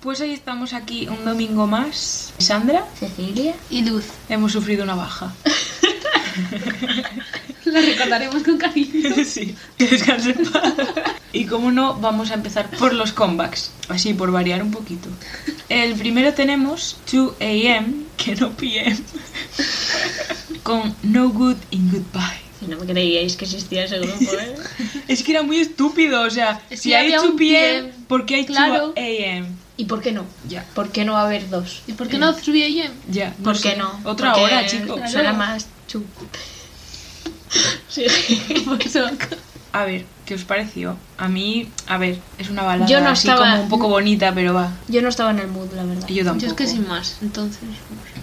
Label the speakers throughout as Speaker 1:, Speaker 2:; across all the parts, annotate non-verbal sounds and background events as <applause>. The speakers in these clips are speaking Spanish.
Speaker 1: Pues hoy estamos aquí un domingo más. Sandra,
Speaker 2: Cecilia.
Speaker 3: Y luz.
Speaker 1: hemos sufrido una baja.
Speaker 3: La recordaremos con cariño.
Speaker 1: sí, que descanse en paz. Y como no, vamos a empezar por los comebacks, así por variar un poquito. El primero tenemos 2 AM, que no PM, con No Good in Goodbye.
Speaker 2: Si no me creíais que existía ese grupo, ¿eh?
Speaker 1: Es que era muy estúpido, o sea,
Speaker 3: Es
Speaker 1: si
Speaker 3: que
Speaker 1: hay
Speaker 3: había
Speaker 1: 2
Speaker 3: un
Speaker 1: PM,
Speaker 3: PM,
Speaker 1: ¿por qué hay 2
Speaker 3: claro.
Speaker 1: AM?
Speaker 2: ¿Y por qué no?
Speaker 1: Ya,
Speaker 2: ¿Por qué no va a haber dos?
Speaker 3: ¿Y por qué no 3 AM?
Speaker 1: ya. no
Speaker 2: ¿Por
Speaker 1: sé.
Speaker 2: qué no?
Speaker 1: Otra
Speaker 2: Porque
Speaker 1: hora, chicos.
Speaker 2: Suena
Speaker 3: Claro.
Speaker 2: más chup. Sí.
Speaker 3: Por eso.
Speaker 1: A ver, ¿qué os pareció? A mí, a ver, es una balada
Speaker 2: Yo no
Speaker 1: así
Speaker 2: estaba-
Speaker 1: como un poco bonita, pero va.
Speaker 2: Yo no estaba en el mood, la verdad.
Speaker 1: Yo tampoco.
Speaker 3: Yo es que sin más, entonces. pues,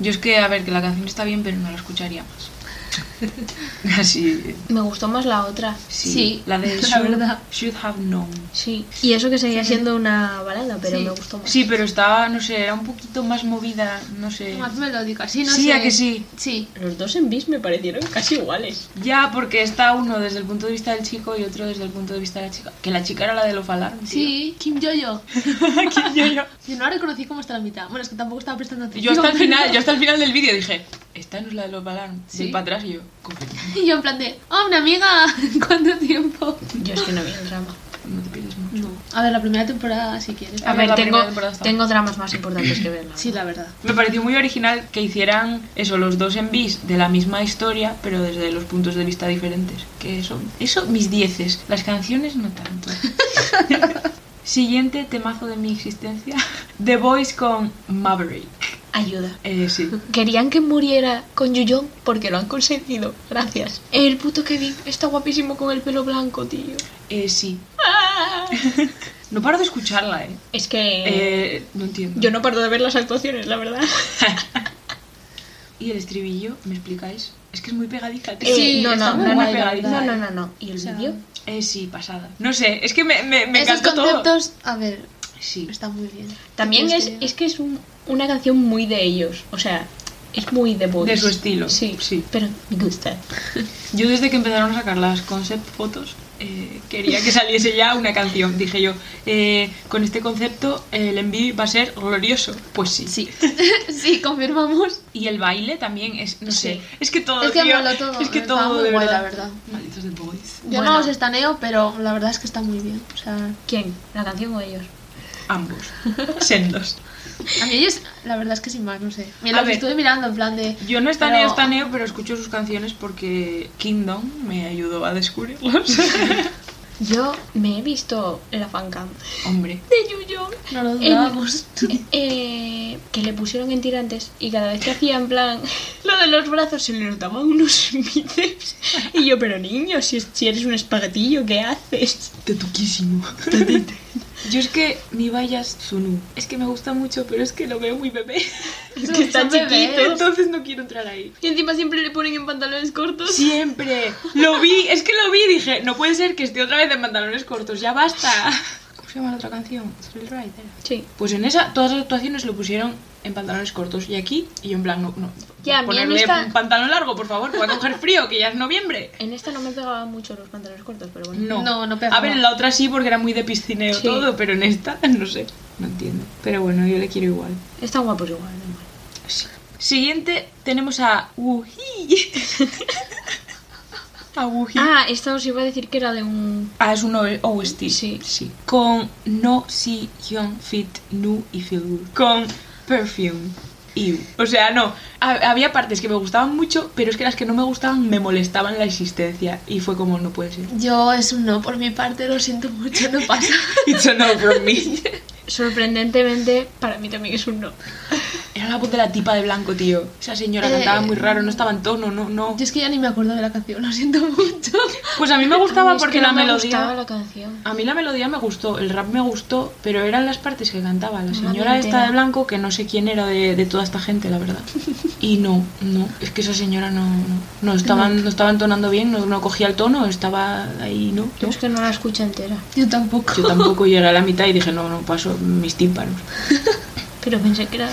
Speaker 1: Yo es que, a ver, que la canción está bien, pero no la escucharía más. <laughs> Así.
Speaker 2: Me gustó más la otra.
Speaker 1: Sí,
Speaker 3: Sí,
Speaker 1: la de
Speaker 3: <laughs> la
Speaker 1: should,
Speaker 3: verdad.
Speaker 1: should Have Known.
Speaker 2: Sí. Y eso que seguía siendo una balada, pero
Speaker 3: Sí.
Speaker 2: me gustó más.
Speaker 1: Sí, pero estaba, no sé, era un poquito más movida, no sé.
Speaker 3: Más melódica, sí, no
Speaker 1: Sí,
Speaker 3: sé.
Speaker 1: ¿a que sí?
Speaker 3: Sí.
Speaker 2: Los dos en bis me parecieron casi iguales.
Speaker 1: Ya, porque está uno desde el punto de vista del chico y otro desde el punto de vista de la chica. Que la chica era la de lo falar. <laughs>
Speaker 3: Sí, Kim Jojo.
Speaker 1: yo, yo.
Speaker 3: <laughs> Yo no la reconocí como hasta la mitad. Bueno, es que tampoco estaba prestando
Speaker 1: Yo
Speaker 3: atención.
Speaker 1: hasta el final, yo hasta el final del vídeo dije, esta no es la de lo falar.
Speaker 3: Sí.
Speaker 1: para atrás y yo, "Confirmo".
Speaker 3: Y <laughs> yo en plan de, oh, una amiga, <laughs> ¿cuánto tiempo?
Speaker 2: Yo es que no vi el drama.
Speaker 1: No te pierdes mucho.
Speaker 3: No. A ver, la primera temporada, si quieres.
Speaker 1: A
Speaker 2: A
Speaker 1: ver,
Speaker 2: ver,
Speaker 1: la
Speaker 2: tengo,
Speaker 1: primera temporada está.
Speaker 2: tengo dramas más importantes que verla.
Speaker 3: Sí, la verdad.
Speaker 1: Me pareció muy original que hicieran eso, los dos en bis de la misma historia, pero desde los puntos de vista diferentes. Que eso, eso mis dieces. Las canciones no
Speaker 2: <laughs>
Speaker 1: tanto. Siguiente temazo de mi existencia: The Voice con Maverick.
Speaker 2: Ayuda.
Speaker 1: Eh, sí.
Speaker 2: Querían que muriera con Yuyong porque lo han conseguido. Gracias. El puto Kevin está guapísimo con el pelo blanco, tío.
Speaker 1: Eh,
Speaker 2: <laughs>
Speaker 1: sí. No paro de escucharla, ¿eh?
Speaker 2: Es que
Speaker 1: Eh, no entiendo.
Speaker 2: yo no paro de ver las actuaciones, la verdad.
Speaker 1: ¿Y el estribillo? ¿Me explicáis? Es que es muy pegadiza. tío.
Speaker 3: Sí,
Speaker 2: Eh, no,
Speaker 3: está
Speaker 2: no,
Speaker 3: muy
Speaker 2: no, no,
Speaker 3: guay, la
Speaker 1: verdad,
Speaker 2: no,
Speaker 3: eh.
Speaker 2: no, no, no. ¿Y el
Speaker 3: O sea,
Speaker 2: vídeo?
Speaker 1: Eh, sí, pasada. No sé, es que me, me, me
Speaker 3: Esos
Speaker 1: encantó todo.
Speaker 3: conceptos, a ver,
Speaker 1: Sí.
Speaker 3: está muy bien.
Speaker 2: También
Speaker 3: Pues
Speaker 2: es,
Speaker 3: que-
Speaker 2: es que es un- una canción muy de ellos. O sea, es muy de Boys.
Speaker 1: De su estilo,
Speaker 2: Sí,
Speaker 1: sí.
Speaker 2: Pero me gusta.
Speaker 1: Yo desde que empezaron a sacar las concept fotos eh, quería que saliese ya una canción. Dije yo, eh, con este concepto el envío va a ser glorioso. Pues sí.
Speaker 3: Sí, <laughs> sí, confirmamos.
Speaker 1: Y el baile también es, no sé,
Speaker 2: Sí.
Speaker 1: es que todo,
Speaker 3: Es que
Speaker 1: tío,
Speaker 3: moló todo,
Speaker 1: es que
Speaker 3: estaba
Speaker 1: todo,
Speaker 3: muy
Speaker 1: de
Speaker 3: guay,
Speaker 1: verdad.
Speaker 3: la verdad.
Speaker 1: Malditos de boys.
Speaker 3: Yo
Speaker 2: Bueno.
Speaker 3: no os estaneo, pero la verdad es que está muy bien. O sea, a
Speaker 2: ¿Quién? ¿La canción o ellos?
Speaker 3: <laughs>
Speaker 1: Ambos. Sendos.
Speaker 3: mí ellos, la verdad es que sin más, no sé.
Speaker 1: A
Speaker 3: Mira, los
Speaker 1: ver.
Speaker 3: estuve mirando en plan de.
Speaker 1: Yo no estaneo,
Speaker 3: Pero-
Speaker 1: estaneo, pero escucho sus canciones porque Kingdom me ayudó a
Speaker 3: <laughs>
Speaker 1: descubrirlos.
Speaker 2: Yo me he visto la fancam
Speaker 1: Hombre.
Speaker 2: de Yuyong.
Speaker 3: No lo
Speaker 2: En-
Speaker 3: dudábamos.
Speaker 2: Eh, que le pusieron en tirantes y cada vez que hacía en plan lo de los brazos se le notaban unos <laughs> bíceps y yo pero niño si, es- si eres un espaguetillo ¿qué haces?
Speaker 1: Tetuquísimo. Yo es que mi vaya es Sunu. Es que me gusta mucho, pero es que lo veo muy bebé.
Speaker 2: <laughs> es que está
Speaker 3: Son bebés.
Speaker 2: chiquito
Speaker 1: Entonces no quiero entrar ahí.
Speaker 2: y encima siempre le ponen en pantalones cortos
Speaker 1: Siempre. Lo vi, es que lo vi y dije, no puede ser que esté otra vez en pantalones cortos, ya basta. ¿Cómo se llama la otra canción? Thrill Ride, era.
Speaker 2: sí
Speaker 1: Pues en esa, todas las actuaciones lo pusieron en pantalones cortos. Y aquí, y yo en plan, no, no.
Speaker 2: Ya, a mí en
Speaker 1: ponerle
Speaker 2: esta-
Speaker 1: un pantalón largo, por favor, que va a coger frío, que ya es noviembre.
Speaker 2: en esta no me pegaban mucho los pantalones cortos pero bueno
Speaker 1: No,
Speaker 3: No, no pegaba.
Speaker 1: A ver, en la otra sí, porque era muy de piscineo
Speaker 2: Sí.
Speaker 1: todo, pero en esta, no sé. No entiendo. Pero bueno, yo le quiero igual.
Speaker 2: están guapos igual da igual.
Speaker 1: Siguiente tenemos a
Speaker 2: <laughs>
Speaker 1: Wuji. a Wuji.
Speaker 2: ah esta os iba a decir que era de un
Speaker 1: Ah, es un O- OST.
Speaker 2: Sí.
Speaker 1: sí. Con No Si Hyun Fit Nu y Feel Good. Con Perfume. Ew. O sea, no. Ha- había partes que me gustaban mucho, pero es que las que no me gustaban me molestaban la existencia. Y fue como, no puede ser.
Speaker 2: <laughs>
Speaker 3: Yo es un no por mi parte, lo siento mucho, no <laughs> pasa.
Speaker 1: It's a no from me.
Speaker 2: sorprendentemente para mí también es un no
Speaker 1: <laughs> Era la voz de la tipa de blanco, tío. Esa señora
Speaker 3: Eh,
Speaker 1: cantaba muy raro, no estaba en tono, no, no.
Speaker 3: Yo es que ya ni me acuerdo de la canción, lo siento mucho. <laughs>
Speaker 1: Pues a mí me
Speaker 2: A
Speaker 1: gustaba
Speaker 2: mí es que
Speaker 1: porque
Speaker 2: no
Speaker 1: la
Speaker 2: me
Speaker 1: melodía.
Speaker 2: gustaba la canción
Speaker 1: A mí la melodía me gustó, el rap me gustó, pero eran las partes que cantaba la
Speaker 2: Mamá
Speaker 1: señora
Speaker 2: mía
Speaker 1: esta
Speaker 2: entera.
Speaker 1: de blanco, que no sé quién era de, de toda esta gente, la verdad. Y no, no, es que esa señora no, no, no estaban, no estaban tonando bien, no, no cogía el tono, estaba ahí, no.
Speaker 2: yo es que no la escucho entera
Speaker 3: Yo tampoco.
Speaker 1: Yo tampoco llegué a la mitad y dije, no, no, paso mis tímpanos.
Speaker 2: Pero pensé que eran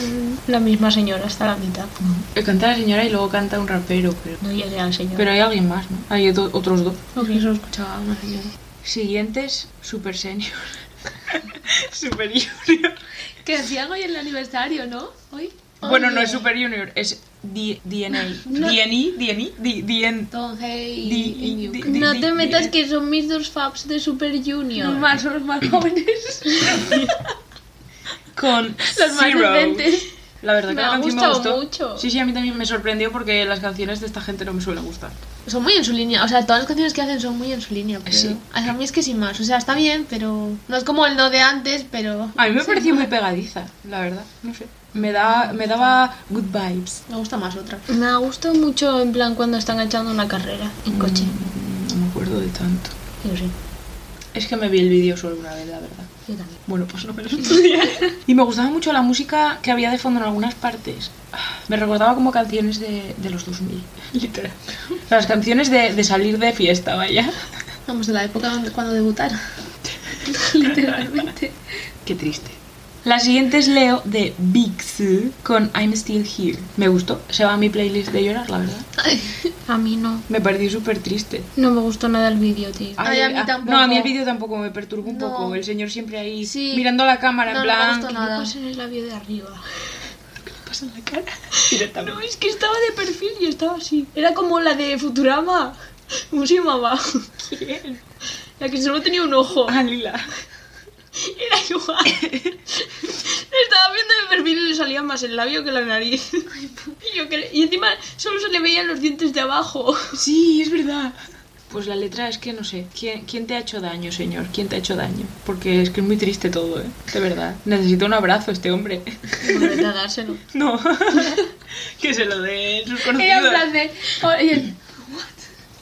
Speaker 2: la misma señora hasta la mitad.
Speaker 1: Eh, Canta la señora y luego canta un rapero, pero,
Speaker 2: No llegué al señor.
Speaker 1: pero hay alguien más, ¿no? Hay otro- otros dos.
Speaker 3: Porque eso lo escuchaba una señora.
Speaker 1: <laughs> Siguientes, Super Senior. Super Junior.
Speaker 3: Que hacían hoy el aniversario, ¿no? Hoy.
Speaker 1: Bueno,
Speaker 2: Oye.
Speaker 1: no es Super Junior, es D-
Speaker 2: <laughs>
Speaker 1: DNA.
Speaker 3: No.
Speaker 1: DNA, DNA, D- DN.
Speaker 3: Don Hey
Speaker 1: Di-
Speaker 3: y New
Speaker 1: di-
Speaker 3: Kids.
Speaker 1: di-
Speaker 2: No
Speaker 1: di-
Speaker 2: te
Speaker 1: di-
Speaker 2: metas que son mis dos faps de Super Junior.
Speaker 3: Los más, son los más jóvenes.
Speaker 2: <laughs>
Speaker 1: Con
Speaker 3: Los más
Speaker 1: Zero.
Speaker 3: decentes.
Speaker 1: La verdad que
Speaker 2: Me
Speaker 1: la
Speaker 2: ha
Speaker 1: canción me
Speaker 2: gustado
Speaker 1: gustó.
Speaker 2: mucho.
Speaker 1: Sí, sí, a mí también me sorprendió porque las canciones de esta gente no me suelen gustar.
Speaker 3: <laughs> Son muy en su línea. O sea, todas las canciones que hacen son muy en su línea. Pero
Speaker 1: Sí.
Speaker 3: a mí es que sin más. O sea, está bien, pero no es como el no de antes, pero.
Speaker 1: A mí me pareció muy pegadiza, la verdad. No sé. Me, da, me daba good vibes.
Speaker 3: Me gusta más otra.
Speaker 2: Me ha gustado mucho en plan cuando están echando una carrera en coche.
Speaker 1: No me acuerdo de tanto.
Speaker 2: Yo sí,
Speaker 1: Es que me vi el vídeo solo una vez, la verdad.
Speaker 2: yo también.
Speaker 1: Bueno, pues no me lo estudié. y me gustaba mucho la música que había de fondo en algunas partes. Ah, Me recordaba como canciones de, de los 2000, literal. Las canciones de, de salir de fiesta, vaya.
Speaker 3: Vamos, de la época donde- cuando <laughs> debutara. Literalmente.
Speaker 1: Qué triste. La siguiente es Leo de Bix con I'm Still Here. Me gustó. Se va a mi playlist de llorar, la verdad.
Speaker 2: A mí no.
Speaker 1: Me pareció súper triste. ah,
Speaker 2: No me gustó nada el vídeo, tío.
Speaker 3: Ay, a mí tampoco.
Speaker 1: No, a mí el vídeo tampoco me perturbó un
Speaker 3: No.
Speaker 1: poco. El señor siempre ahí
Speaker 3: Sí.
Speaker 1: mirando a la cámara
Speaker 3: No,
Speaker 1: en
Speaker 3: no me
Speaker 1: plan. ¿qué
Speaker 3: gustó
Speaker 1: le
Speaker 2: ¿Qué le
Speaker 3: nada.
Speaker 2: pasa en el labio de arriba?
Speaker 1: <laughs> pasa en la cara? <laughs> Directamente.
Speaker 2: No, es que estaba de perfil y estaba así. Era como la de Futurama. ¿Cómo se llamaba? <laughs> ¿Quién? La que solo tenía un ojo.
Speaker 1: Ah, Lila.
Speaker 2: Era <laughs> igual. Estaba viendo de perfil y le salía más el labio que la nariz. Y, yo cre- y encima solo se le veían los dientes de abajo.
Speaker 1: Sí, es verdad. Pues la letra es que no sé. ¿Quién, quién te ha hecho daño, señor? ¿Quién te ha hecho daño? Porque es que es muy triste todo, ¿eh? De verdad. Necesito un abrazo este hombre. <laughs>
Speaker 2: Volvete a dárselo.
Speaker 1: No. <laughs> que se lo den sus
Speaker 3: Era un
Speaker 1: conocidos.
Speaker 3: plan de. Oye,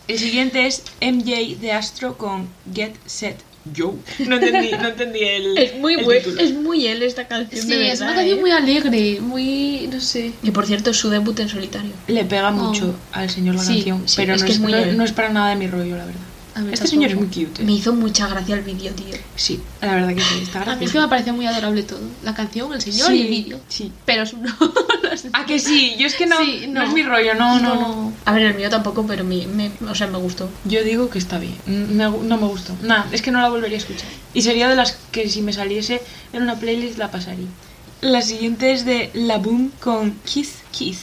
Speaker 1: El siguiente es MJ de Astro con Get Set Yo. No entendí, no entendí el.
Speaker 2: <laughs> Es muy
Speaker 1: el
Speaker 2: bueno.
Speaker 1: título.
Speaker 2: Es muy él esta canción.
Speaker 3: sí,
Speaker 2: de
Speaker 3: es
Speaker 2: verdad,
Speaker 3: una canción
Speaker 2: ¿eh?
Speaker 3: muy alegre, muy. no sé.
Speaker 2: Que por cierto es su debut en solitario.
Speaker 1: Le pega mucho al señor la
Speaker 2: Sí,
Speaker 1: canción,
Speaker 2: sí,
Speaker 1: pero
Speaker 2: es
Speaker 1: no,
Speaker 2: que
Speaker 1: es
Speaker 2: es muy
Speaker 1: no-
Speaker 2: él.
Speaker 1: no es para nada de mi rollo, la verdad.
Speaker 3: A mí
Speaker 1: Este señor es muy
Speaker 3: tampoco.
Speaker 1: cute. ¿eh?
Speaker 2: Me hizo mucha gracia el vídeo, tío.
Speaker 1: Sí, la verdad que sí, está
Speaker 3: A mí
Speaker 1: gracioso.
Speaker 3: es que me pareció muy adorable todo. La canción, el señor y el vídeo.
Speaker 1: Sí.
Speaker 3: Pero es- <laughs> no, no sé.
Speaker 1: Ah, que sí, yo es que no,
Speaker 3: Sí,
Speaker 1: no.
Speaker 3: no.
Speaker 1: es mi rollo, no, no, no.
Speaker 2: A ver, el mío tampoco, pero mi, me, o sea, me gustó.
Speaker 1: Yo digo que está bien, Mm, me gu- no me gustó. Nada, es que no la volvería a escuchar. Y sería de las que si me saliese en una playlist la pasaría. La siguiente es de La Boom con Kiss Kiss.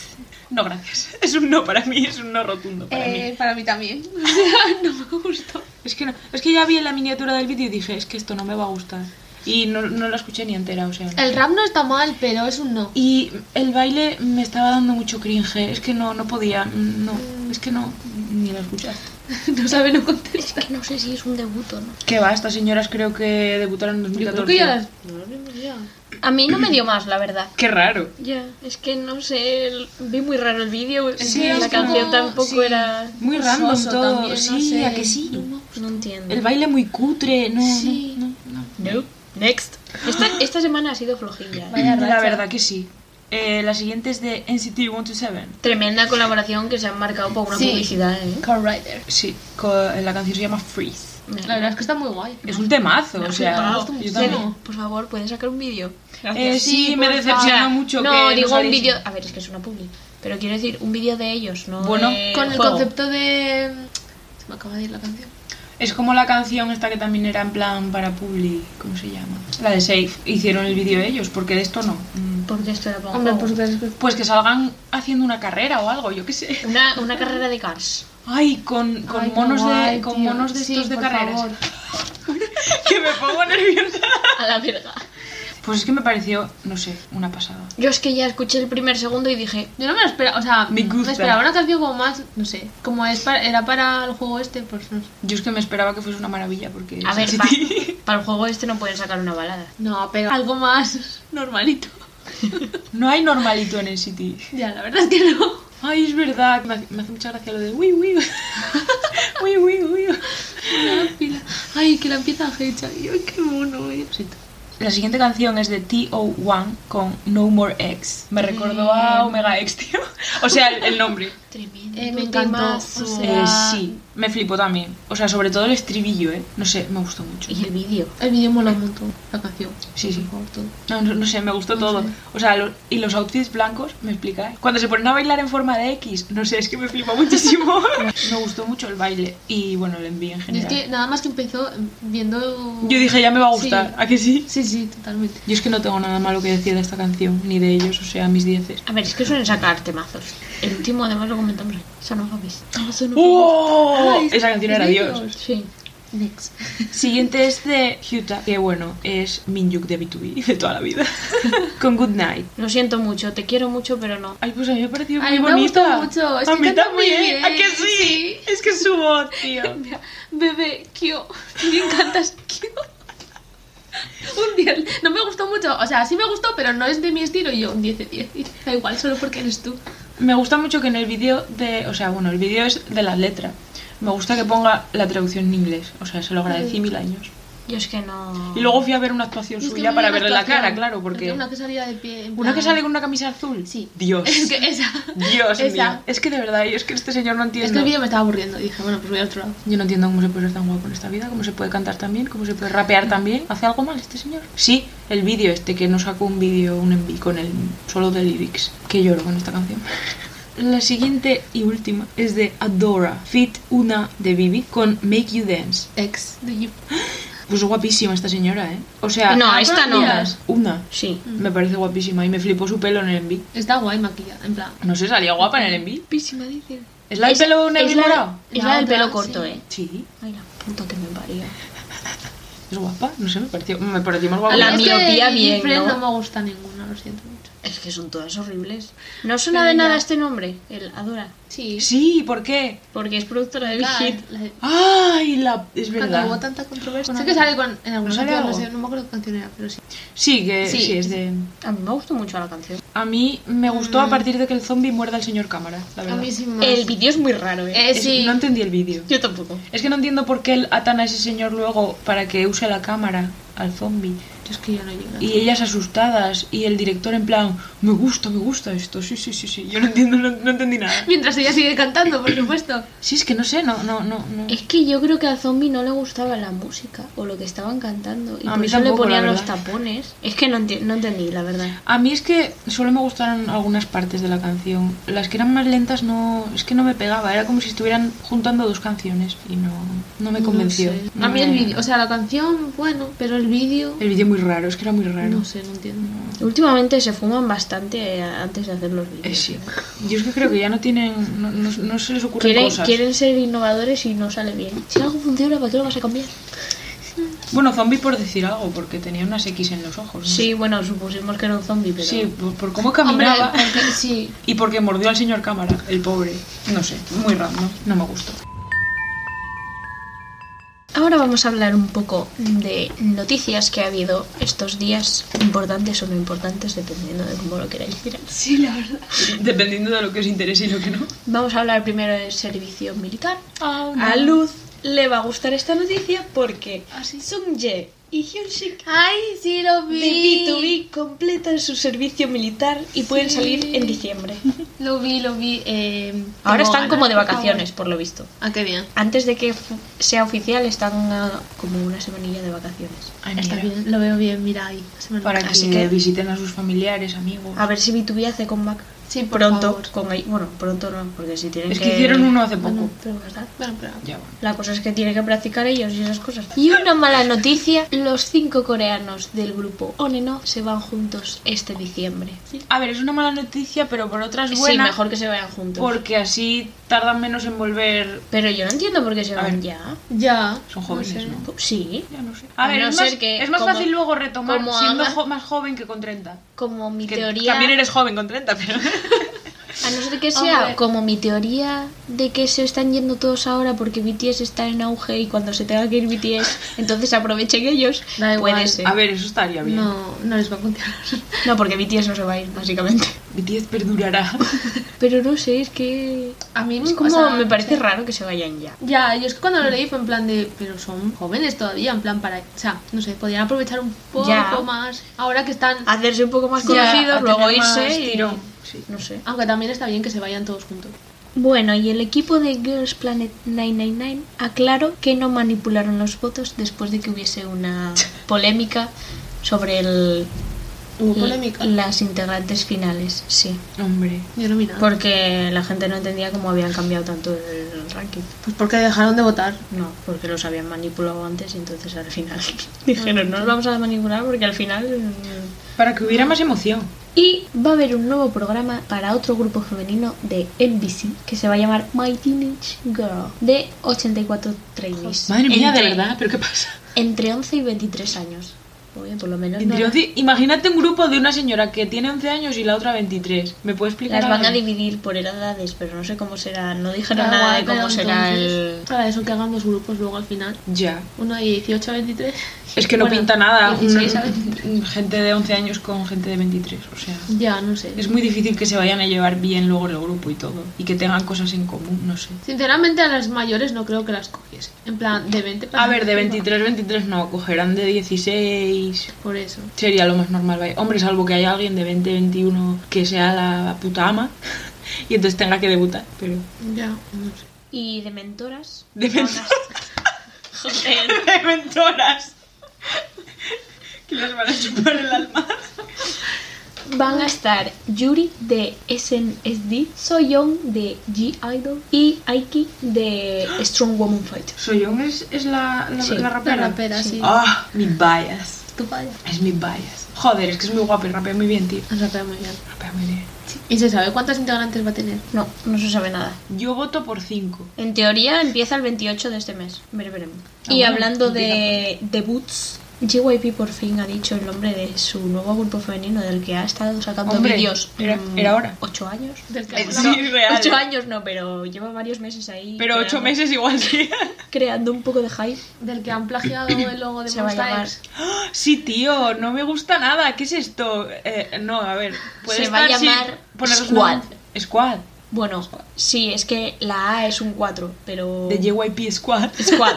Speaker 1: No, gracias. <laughs> Es un no para mí, es un no rotundo para mí.
Speaker 3: Eh, para mí también. O sea, no me gustó.
Speaker 1: Es que, no, es que ya vi la miniatura del vídeo y dije, es que esto no me va a gustar. Y no, no la escuché ni entera, o sea. no.
Speaker 3: El rap no está mal, pero es un no.
Speaker 1: Y el baile me estaba dando mucho cringe, es que no, no podía, mm, no, es que no, ni la escuchaste.
Speaker 3: No sabe no contestar.
Speaker 2: Que no sé si es un debut o no.
Speaker 1: Que va, estas señoras creo que debutaron en 2014.
Speaker 3: Yo creo que ya las. No las vimos ya.
Speaker 2: A mí no me dio más, la verdad.
Speaker 1: Qué raro.
Speaker 2: Ya, es que no sé, el- vi muy raro el vídeo,
Speaker 1: Sí,
Speaker 2: la
Speaker 1: es como-
Speaker 2: canción tampoco
Speaker 3: sí.
Speaker 2: era...
Speaker 1: Muy
Speaker 3: Pues
Speaker 1: random
Speaker 3: soso
Speaker 1: todo.
Speaker 3: también, no
Speaker 1: sí,
Speaker 3: sé.
Speaker 1: a que sí.
Speaker 3: No.
Speaker 2: No entiendo.
Speaker 1: El baile muy cutre, no,
Speaker 3: Sí.
Speaker 1: no, no,
Speaker 2: No. Next. Esta, esta semana ha sido flojilla. ¿eh?
Speaker 3: Vaya
Speaker 1: no. La
Speaker 3: racha.
Speaker 1: verdad que sí. Eh, la siguiente es de NCT 127.
Speaker 2: Tremenda colaboración que se han marcado por una
Speaker 3: Sí.
Speaker 2: publicidad, ¿eh?
Speaker 3: Car Rider.
Speaker 1: Sí, co- la canción se llama Freeze.
Speaker 2: Me-
Speaker 3: La verdad es que está muy guay.
Speaker 1: Es un temazo, o sea,
Speaker 2: flipado.
Speaker 1: yo
Speaker 2: Cele,
Speaker 1: también.
Speaker 2: por favor, ¿pueden sacar un vídeo?
Speaker 1: Eh, sí,
Speaker 3: Sí, pues,
Speaker 1: me
Speaker 3: por
Speaker 1: decepcionó
Speaker 2: sea,
Speaker 1: mucho
Speaker 2: no,
Speaker 1: que
Speaker 2: digo un
Speaker 1: saliese.
Speaker 2: vídeo... A ver, es que es una publi. Pero quiero decir, un vídeo de ellos, ¿no?
Speaker 1: Bueno,
Speaker 2: de
Speaker 3: Con el
Speaker 2: juego.
Speaker 3: concepto de. Se me acaba de ir la canción.
Speaker 1: Es como la canción esta que también era en plan para Publi, ¿cómo se llama? La de Safe. Hicieron el vídeo ellos, porque de esto no. Mm.
Speaker 2: Porque esto era para un
Speaker 3: Hombre,
Speaker 2: juego.
Speaker 3: por supuesto. que-
Speaker 1: Pues que salgan haciendo una carrera o algo, yo qué sé.
Speaker 2: Una, una carrera de
Speaker 3: <laughs>
Speaker 2: cars.
Speaker 1: Ay, con, con
Speaker 3: Ay, qué
Speaker 1: monos de
Speaker 3: guay,
Speaker 1: con
Speaker 3: tío.
Speaker 1: monos de
Speaker 3: Sí,
Speaker 1: estos de
Speaker 3: por
Speaker 1: carreras.
Speaker 3: favor.
Speaker 1: <laughs> Que me pongo nerviosa.
Speaker 2: A la verga.
Speaker 1: Pues es que me pareció, no sé, una pasada.
Speaker 2: Yo es que ya escuché el primer segundo y dije,
Speaker 3: Yo no me lo esperaba, o sea,
Speaker 1: Me
Speaker 3: me,
Speaker 1: gusta.
Speaker 3: esperaba una canción como más, no sé, como es para- era para el juego este, pues no sé.
Speaker 1: Yo es que me esperaba que fuese una maravilla porque
Speaker 2: a ver,
Speaker 1: sí,
Speaker 2: pa-
Speaker 1: sí.
Speaker 2: para el juego este no pueden sacar una balada.
Speaker 3: No, pero algo más <laughs> normalito.
Speaker 1: <laughs> no hay normalito en el City.
Speaker 3: Ya, la verdad es que no.
Speaker 1: <laughs> Ay, es verdad, me hace, me hace mucha gracia lo de uy, <laughs> uy. Uy, uy, uy.
Speaker 3: Me da pila. Ay, que la empieza a hecha. Y Ay, qué mono, eh.
Speaker 1: La siguiente canción es de TO1 con No More X. Me recordó
Speaker 3: Mm.
Speaker 1: a Omega X, tío. O sea, el, el nombre.
Speaker 2: Tremendo.
Speaker 3: Eh,
Speaker 2: un
Speaker 3: me encantó.
Speaker 2: temazo.
Speaker 3: <laughs> O
Speaker 1: Eh,
Speaker 3: sea,
Speaker 1: sí. me flipó también. O sea, sobre todo el estribillo, ¿eh? No sé, me gustó mucho.
Speaker 2: Y el vídeo.
Speaker 3: El vídeo mola un montón. La canción.
Speaker 1: Sí, sí.
Speaker 3: Por favor, todo.
Speaker 1: No, no, no sé, me gustó
Speaker 3: No
Speaker 1: todo.
Speaker 3: sé.
Speaker 1: O sea, lo- y los outfits blancos, ¿me explicáis? Cuando se ponen a bailar en forma de X, no sé, es que me flipa
Speaker 3: <laughs>
Speaker 1: muchísimo. me gustó mucho el baile y, bueno, el envío en
Speaker 3: Yo es
Speaker 1: general.
Speaker 3: que nada más que empezó viendo.
Speaker 1: Yo dije, ya me va a gustar, ¿a que sí?
Speaker 3: Sí, sí, totalmente.
Speaker 1: Yo es que no tengo nada malo que decir de esta canción, ni de ellos, o sea, mis dieces.
Speaker 2: A ver, es que suelen sacar temazos. El último, además, lo comentamos hoy. Sonofobis.
Speaker 1: ¡Oh!
Speaker 3: Ay,
Speaker 1: Esa canción
Speaker 3: es
Speaker 1: era
Speaker 3: de
Speaker 1: Dios.
Speaker 3: ellos.
Speaker 2: Sí.
Speaker 3: Next.
Speaker 1: Siguiente es de Hyuta, que bueno, es Minyuk de B2B <laughs> de toda la vida. Con Good Night.
Speaker 2: Lo siento mucho, te quiero mucho, pero no.
Speaker 1: Ay, pues a mí me ha parecido
Speaker 3: Ay,
Speaker 1: muy
Speaker 3: me ha
Speaker 1: bonita.
Speaker 3: gustado mucho, es
Speaker 1: a
Speaker 3: que
Speaker 1: mí
Speaker 3: canta muy
Speaker 1: también.
Speaker 3: bien,
Speaker 1: ¿A que sí?
Speaker 3: sí.
Speaker 1: Es que es su voz, tío.
Speaker 3: <laughs> Mira, Bebé, Kyo. Me encantas, Kyo. Un 10. No me gustó mucho. O sea, sí me gustó, pero no es de mi estilo. Y yo, un 10 de 10. Da igual, solo porque eres tú.
Speaker 1: Me gusta mucho que en el vídeo de. O sea, bueno, el vídeo es de la letra. Me gusta que ponga la traducción en inglés. O sea, se lo agradecí mil años.
Speaker 2: Yo es que no.
Speaker 1: Y luego fui a ver una actuación
Speaker 3: Es que
Speaker 1: suya
Speaker 3: muy
Speaker 1: para
Speaker 3: buena
Speaker 1: verle la
Speaker 3: actuación.
Speaker 1: cara, claro, porque.
Speaker 3: Una que salía de pie. en
Speaker 1: Una que
Speaker 3: plan- <laughs>
Speaker 1: sale con una camisa azul.
Speaker 3: Sí.
Speaker 1: Dios.
Speaker 3: <laughs> Es que esa.
Speaker 1: Dios
Speaker 3: Esa.
Speaker 1: mío. Es que de verdad, yo es que este señor no entiende.
Speaker 3: Es que el vídeo me estaba aburriendo. Dije, bueno, pues voy al otro lado.
Speaker 1: Yo no entiendo cómo se puede ser tan guapo en esta vida, cómo se puede cantar tan bien, cómo se puede rapear tan bien. ¿Hace algo mal este señor? Sí, el vídeo este que no sacó un vídeo, un envío con el solo de lyrics. Que lloro con esta canción. <laughs> La siguiente y última es de Adora, Fit Una de Bibi con Make You Dance.
Speaker 3: Ex de You.
Speaker 1: Pues guapísima esta señora, ¿eh? O sea,
Speaker 2: No, Mm.
Speaker 3: Ah,
Speaker 2: esta no.
Speaker 3: conocidas.
Speaker 1: una.
Speaker 2: Sí.
Speaker 1: Me parece guapísima y me flipó su pelo en el envío.
Speaker 3: Está guay maquillada. En plan.
Speaker 1: No sé, salía guapa en el envío.
Speaker 3: Guapísima, dice.
Speaker 1: ¿Es la del pelo negro
Speaker 2: es
Speaker 1: y
Speaker 2: la,
Speaker 1: morado?
Speaker 2: es
Speaker 3: La
Speaker 2: la del
Speaker 3: otra,
Speaker 2: pelo corto,
Speaker 3: sí.
Speaker 2: ¿eh?
Speaker 1: Sí,
Speaker 2: Ay, la puta que me parió.
Speaker 1: es guapa. No sé, me pareció, me pareció más guapa.
Speaker 2: A la
Speaker 1: Es que-
Speaker 2: mía. miopía
Speaker 3: que
Speaker 2: bien,
Speaker 3: Friend
Speaker 2: ¿no?
Speaker 3: ¿no? me gusta ninguna, lo siento mucho.
Speaker 2: Es que son todas horribles. No suena
Speaker 3: Pero
Speaker 2: de nada
Speaker 3: ya.
Speaker 2: este nombre, el Adora.
Speaker 3: Sí.
Speaker 1: Sí, ¿por qué?
Speaker 2: Porque es productora de Big Hit.
Speaker 1: Ay, la... es
Speaker 3: Cuando hubo
Speaker 1: verdad.
Speaker 3: tanta controversia.
Speaker 1: Bueno,
Speaker 3: Sé que sale con, en algunos
Speaker 1: sale
Speaker 3: sitios, no,
Speaker 1: algo?
Speaker 3: sé, no me acuerdo qué canción era, pero sí.
Speaker 1: Sí, que sí.
Speaker 3: Sí.
Speaker 1: es de...
Speaker 2: A mí me gustó mucho la canción.
Speaker 1: A mí me gustó a
Speaker 3: Mm.
Speaker 1: partir de que el zombie muerda al señor cámara, la
Speaker 3: A
Speaker 1: verdad.
Speaker 3: mí sí más.
Speaker 2: El vídeo es muy raro, ¿eh?
Speaker 3: Eh,
Speaker 1: Es-
Speaker 3: sí.
Speaker 1: No entendí el vídeo.
Speaker 2: Yo tampoco.
Speaker 1: Es que no entiendo por qué él atan a ese señor luego para que use la cámara al zombie.
Speaker 3: Es que yo no llego.
Speaker 1: Y ellas asustadas y el director en plan, me gusta, me gusta esto, sí, sí, sí, sí. Yo no entiendo, no, no entendí nada.
Speaker 3: Mientras ella sigue cantando, por supuesto.
Speaker 1: Sí, es que no sé, no, no, no. no.
Speaker 2: Es que yo creo que al zombie no le gustaba la música o lo que estaban cantando. Y
Speaker 1: A
Speaker 2: por
Speaker 1: mí
Speaker 2: eso
Speaker 1: tampoco,
Speaker 2: le ponían
Speaker 1: la
Speaker 2: los
Speaker 1: verdad.
Speaker 2: tapones. Es que no, enti- no entendí, la verdad.
Speaker 1: A mí es que solo me gustaron algunas partes de la canción. Las que eran más lentas no, es que no me pegaba. Era como si estuvieran juntando dos canciones y no, no me convenció.
Speaker 3: No sé.
Speaker 1: No
Speaker 3: A mí el
Speaker 1: me-
Speaker 3: vídeo, o sea, la canción, bueno, pero el vídeo.
Speaker 1: el vídeo muy raro, es que era muy raro.
Speaker 3: No sé, no entiendo.
Speaker 2: Últimamente se fuman bastante eh, antes de hacer los
Speaker 1: Eh,
Speaker 2: vídeos.
Speaker 1: sí.
Speaker 2: ¿eh?
Speaker 1: Yo es que creo que ya no tienen, no, no- no se les ocurren
Speaker 2: Quieren,
Speaker 1: cosas.
Speaker 2: quieren ser innovadores y no sale bien. Si algo funciona, ¿para qué lo vas a cambiar?
Speaker 1: Mm. Bueno, zombie por decir algo, porque tenía unas X en los ojos. ¿no?
Speaker 2: Sí, bueno, supusimos que era un zombie, pero...
Speaker 1: Sí, por, por cómo
Speaker 3: Hombre,
Speaker 1: caminaba.
Speaker 3: porque sí.
Speaker 1: Y porque mordió al señor cámara, el pobre. No sé, muy random. No me gustó.
Speaker 2: Ahora vamos a hablar un poco de noticias que ha habido estos días, importantes o no importantes, dependiendo de cómo lo queráis mirar.
Speaker 3: Sí, la verdad.
Speaker 1: <laughs> Dependiendo de lo que os interese y lo que no.
Speaker 2: Vamos a hablar primero del servicio militar. A
Speaker 1: Ah,
Speaker 2: Luz le va a gustar esta noticia porque
Speaker 3: ¿Ah, sí?
Speaker 2: Sung Ye y Hyun Sik
Speaker 3: Ay, sí, lo
Speaker 2: de
Speaker 3: vi.
Speaker 2: B2B completan su servicio militar y pueden
Speaker 3: Sí.
Speaker 2: salir en
Speaker 3: <laughs>
Speaker 2: diciembre.
Speaker 3: Lo vi, lo vi. eh,
Speaker 2: Ahora
Speaker 3: tengo
Speaker 2: están
Speaker 3: ganas,
Speaker 2: como de
Speaker 3: por favor.
Speaker 2: vacaciones, por lo visto.
Speaker 3: Ah, qué bien.
Speaker 2: Antes de que fu- sea oficial están ah, como una semanilla de vacaciones.
Speaker 1: Ay,
Speaker 3: Está
Speaker 1: mira.
Speaker 3: bien, lo veo bien, mira ahí. Se me
Speaker 1: Para
Speaker 3: nota.
Speaker 2: Así
Speaker 1: que,
Speaker 2: que- Ah.
Speaker 1: visiten a sus familiares, amigos.
Speaker 2: A ver si B2B hace comeback
Speaker 3: Sí, por
Speaker 2: pronto.
Speaker 3: favor.
Speaker 2: Con, el- bueno, pronto no, porque si tienen
Speaker 1: Es que hicieron uno hace poco.
Speaker 2: Bueno, pero ¿verdad?
Speaker 3: Bueno, pero...
Speaker 1: Ya, bueno.
Speaker 2: La cosa es que tienen que practicar ellos y esas cosas. Y una mala noticia, los cinco coreanos del grupo Oneno se van juntos este diciembre.
Speaker 1: A ver, es una mala noticia, pero por otras buena.
Speaker 2: Sí, mejor que se vayan juntos.
Speaker 1: Porque así tardan menos en volver.
Speaker 2: Pero yo no entiendo por qué se
Speaker 1: A
Speaker 2: van
Speaker 1: ver.
Speaker 2: ya.
Speaker 3: Ya.
Speaker 1: Son jóvenes,
Speaker 3: sé.
Speaker 1: ¿no?
Speaker 2: Pues Sí,
Speaker 1: Ya no sé. A
Speaker 2: A
Speaker 1: ver,
Speaker 2: no
Speaker 1: es,
Speaker 2: ser
Speaker 1: más,
Speaker 2: que
Speaker 1: es más
Speaker 2: como-
Speaker 1: fácil luego retomar
Speaker 2: como
Speaker 1: siendo
Speaker 2: haga-
Speaker 1: jo- más joven que con 30.
Speaker 2: como mi
Speaker 1: Que
Speaker 2: teoría...
Speaker 1: También eres joven con 30, pero.
Speaker 2: <laughs> A no ser que sea
Speaker 3: Hombre.
Speaker 2: como mi teoría de que se están yendo todos ahora porque BTS está en auge y cuando se tenga que ir <laughs> BTS, entonces aprovechen ellos.
Speaker 3: Da igual.
Speaker 2: Puede ser.
Speaker 1: A ver, eso estaría bien.
Speaker 3: No, no les va a contar.
Speaker 2: No, porque BTS no se va a ir, básicamente.
Speaker 1: BTS perdurará.
Speaker 2: <laughs> Pero no sé, es que...
Speaker 3: A mí
Speaker 2: Es
Speaker 3: me-
Speaker 2: como
Speaker 3: o sea,
Speaker 2: me parece
Speaker 3: sí.
Speaker 2: raro que se vayan ya.
Speaker 3: Ya, yo es que cuando lo leí fue en plan de, pero son jóvenes todavía, en plan para, o sea, no sé, podrían aprovechar un poco
Speaker 2: Ya.
Speaker 3: más. Ahora que están,
Speaker 2: Hacerse un poco más
Speaker 3: Ya,
Speaker 1: <laughs>
Speaker 2: conocidos,
Speaker 1: a
Speaker 2: luego
Speaker 1: tener más
Speaker 2: irse y...
Speaker 1: tirón, sí.
Speaker 2: No sé.
Speaker 3: aunque también está bien que se vayan todos juntos.
Speaker 2: Bueno, y el equipo de Girls Planet 999 aclaró que no manipularon los votos después de que hubiese <laughs> una polémica sobre el, Mm.
Speaker 3: Hubo polémica.
Speaker 2: las integrantes finales, sí.
Speaker 1: Hombre.
Speaker 3: Yo no vi nada.
Speaker 2: Porque la gente no entendía cómo habían cambiado tanto el ranking.
Speaker 3: Pues porque dejaron de votar.
Speaker 2: No, porque los habían manipulado antes y entonces al final <laughs> dijeron no los vamos a manipular porque al final... mm,
Speaker 1: Para que hubiera más emoción.
Speaker 2: Y va a haber un nuevo programa para otro grupo femenino de NBC que se va a llamar My Teenage Girl de 84 trainees.
Speaker 1: Madre mía, de
Speaker 2: Entre-
Speaker 1: verdad, ¿pero qué pasa?
Speaker 2: Entre 11 y 23 años. Oye, por lo menos no-
Speaker 1: Entre once- imagínate un grupo de una señora que tiene 11 años y la otra 23. ¿Me puedes explicar?
Speaker 2: las van a
Speaker 1: algo?
Speaker 2: dividir por edades, pero no sé cómo será. No dijeron
Speaker 1: Ah,
Speaker 3: Da
Speaker 2: nada
Speaker 3: igual,
Speaker 2: de cómo
Speaker 3: pero
Speaker 2: será el...
Speaker 3: entonces, Para eso que hagamos grupos luego al final.
Speaker 1: Ya.
Speaker 3: Uno de 18 a 23.
Speaker 1: Es que no
Speaker 3: Bueno,
Speaker 1: pinta nada.
Speaker 3: 16 a
Speaker 1: un-
Speaker 3: 23.
Speaker 1: gente de 11 años con gente de 23. O sea,
Speaker 3: <laughs> Ya, no sé.
Speaker 1: es muy difícil que se vayan a llevar bien luego el grupo y todo. Y que tengan cosas en común, no sé.
Speaker 3: Sinceramente a las mayores no creo que las cogiesen. En plan, de 20 para
Speaker 1: A ver, de
Speaker 3: arriba.
Speaker 1: 23, 23 no, cogerán de 16.
Speaker 3: Por eso.
Speaker 1: Sería lo más normal, vaya. Hombre, salvo que haya alguien de 20, 21 que sea la puta ama <laughs> y entonces tenga que debutar, <laughs> pero...
Speaker 3: Ya, no sé.
Speaker 2: Y de mentoras...
Speaker 1: De mentoras.
Speaker 2: <laughs> Joder.
Speaker 1: De mentoras. que las van a chupar el alma.
Speaker 2: Van a estar Yuri de SNSD, Soyoung de G-Idol y Aiki de Strong Woman Fighter.
Speaker 1: Soyoung es, es la, la,
Speaker 2: Sí,
Speaker 1: la rapera.
Speaker 3: La rapera, sí.
Speaker 1: Ah, mi bias.
Speaker 3: Tú vaya.
Speaker 1: Es mi bias. Joder, es que es muy guapo y rapea muy bien, tío.
Speaker 3: Nos rapea muy bien.
Speaker 1: Rapea muy bien.
Speaker 3: ¿Y se sabe cuántas integrantes va a tener?
Speaker 2: No, no se sabe nada.
Speaker 1: Yo voto por 5.
Speaker 2: En teoría empieza el 28 de este mes. Vere, veremos.
Speaker 1: Ah, bueno,
Speaker 2: y
Speaker 1: pues.
Speaker 2: hablando de debuts, JYP por fin ha dicho el nombre de su nuevo grupo femenino del que ha estado sacando
Speaker 1: Hombre,
Speaker 2: vídeos.
Speaker 1: era-
Speaker 2: mm,
Speaker 1: era hora.
Speaker 2: ¿Ocho años?
Speaker 3: Del que
Speaker 1: Eh,
Speaker 3: hablamos.
Speaker 1: sí, real.
Speaker 2: Ocho años no, pero lleva varios meses ahí.
Speaker 1: Pero 8
Speaker 2: creando-
Speaker 1: meses igual <laughs> sí.
Speaker 2: Creando un poco de hype.
Speaker 3: Del que han
Speaker 1: <coughs>
Speaker 3: plagiado el logo de
Speaker 2: Se va a
Speaker 3: Monsta
Speaker 2: llamar-
Speaker 3: X.
Speaker 1: Sí, tío, no me gusta nada. ¿Qué es esto? Eh, no, a ver. puede
Speaker 2: Se va a
Speaker 1: estar, sí,
Speaker 2: llamar
Speaker 1: ponerles
Speaker 2: Squad.
Speaker 1: una- Squad.
Speaker 2: Bueno, sí, es que la A es un 4, pero...
Speaker 1: De JYP Squad.
Speaker 2: Squad.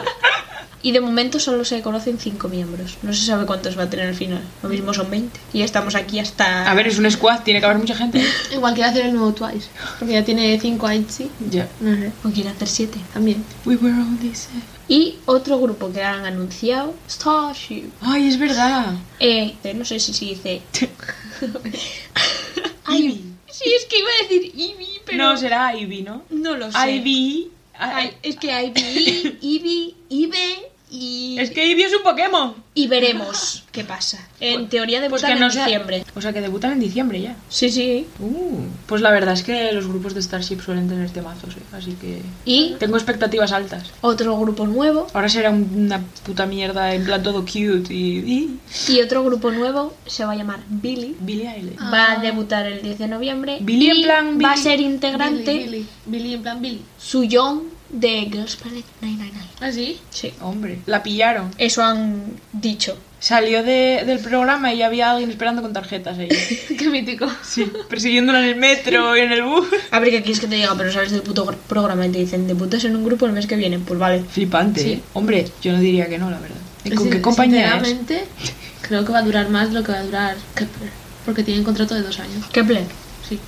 Speaker 2: Y de momento solo se conocen 5 miembros. No se sabe cuántos va a tener al final. Lo mismo son 20. Y estamos aquí hasta...
Speaker 1: A ver, es un squad, tiene que haber mucha
Speaker 2: <laughs>
Speaker 1: gente.
Speaker 3: Igual quiere hacer el nuevo Twice. Porque ya tiene 5 Aichi.
Speaker 1: Ya.
Speaker 3: No sé.
Speaker 2: O quiere Pues hacer 7.
Speaker 3: También.
Speaker 1: We were only seven.
Speaker 2: Y otro grupo que han anunciado, Starship.
Speaker 1: Ay, es verdad.
Speaker 2: Eh, no sé si se dice... <laughs> Ivy. Sí, es que iba a decir Ivy, pero...
Speaker 1: No, será Ivy, ¿no?
Speaker 2: No lo sé.
Speaker 1: Ivy.
Speaker 2: Ay, es que Ivy, Ivy, Ibe y...
Speaker 1: Es que Ivy es un Pokémon.
Speaker 2: Y veremos qué pasa. En teoría
Speaker 1: Pues
Speaker 2: debutan
Speaker 1: que no
Speaker 2: en
Speaker 1: sea-
Speaker 2: diciembre.
Speaker 1: O sea, que debutan en diciembre ya.
Speaker 2: Sí, sí.
Speaker 1: Uh, pues la verdad es que los grupos de Starship suelen tener temazos, ¿eh? así que
Speaker 2: Y
Speaker 1: tengo expectativas altas.
Speaker 2: otro grupo nuevo.
Speaker 1: Ahora será un- una puta mierda en plan todo cute y, y-
Speaker 2: Y otro grupo nuevo se va a llamar Billy.
Speaker 1: Billie Eilish.
Speaker 3: Ah.
Speaker 2: Va a debutar el 10 de noviembre.
Speaker 1: Billy en
Speaker 2: y
Speaker 1: plan
Speaker 2: va a
Speaker 1: Billy.
Speaker 2: ser integrante
Speaker 3: Billy, Billy. Billy, en plan Billy.
Speaker 2: Suyong de Girls Planet 999.
Speaker 3: ¿Ah, sí? <laughs>
Speaker 2: Sí.
Speaker 1: Hombre, la pillaron.
Speaker 2: Eso han dicho.
Speaker 1: Salió de- del programa y había alguien esperando con tarjetas
Speaker 3: <laughs>
Speaker 1: ahí.
Speaker 3: Qué mítico.
Speaker 1: Sí, persiguiéndola en el metro y en el bus.
Speaker 2: A ver qué quieres que te diga, pero sales del puto gr- programa y te dicen debutas en un grupo el mes que viene. Pues vale.
Speaker 1: Flipante,
Speaker 3: Sí.
Speaker 1: ¿eh? Hombre, yo no diría que no, la verdad. ¿Y con
Speaker 3: Sin-
Speaker 1: qué compañía es?
Speaker 3: Pues Sinceramente, creo que va a durar más de lo que va a durar Kepler. Porque tienen contrato de dos años.
Speaker 2: ¿Qué plan?
Speaker 3: Sí.